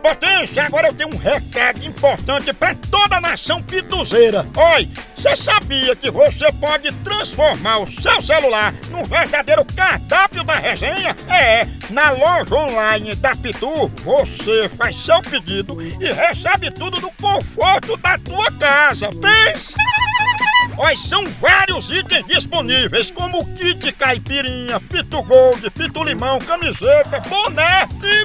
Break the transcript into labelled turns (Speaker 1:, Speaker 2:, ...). Speaker 1: potência, agora eu tenho um recado importante pra toda a nação pituzeira. Oi, você sabia que você pode transformar o seu celular num verdadeiro cardápio da resenha? É, na loja online da Pitu, você faz seu pedido e recebe tudo no conforto da tua casa. Pensa! Olha, são vários itens disponíveis, como kit caipirinha, pitu gold, pitu limão, camiseta, boné e